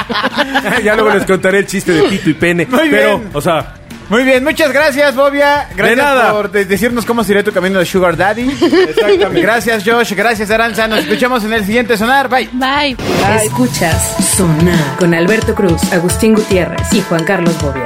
Speaker 3: ya luego les contaré el chiste de pito y pene.
Speaker 2: Muy
Speaker 3: pero,
Speaker 2: bien.
Speaker 3: o sea,
Speaker 2: Muy bien, muchas gracias, Bobia. Gracias
Speaker 3: nada.
Speaker 2: por de- decirnos cómo sería tu camino de Sugar Daddy. Exactamente. Gracias, Josh. Gracias, Aranza. Nos escuchamos en el siguiente sonar. Bye.
Speaker 4: Bye.
Speaker 1: Escuchas Sonar con Alberto Cruz, Agustín Gutiérrez y Juan Carlos Bobia.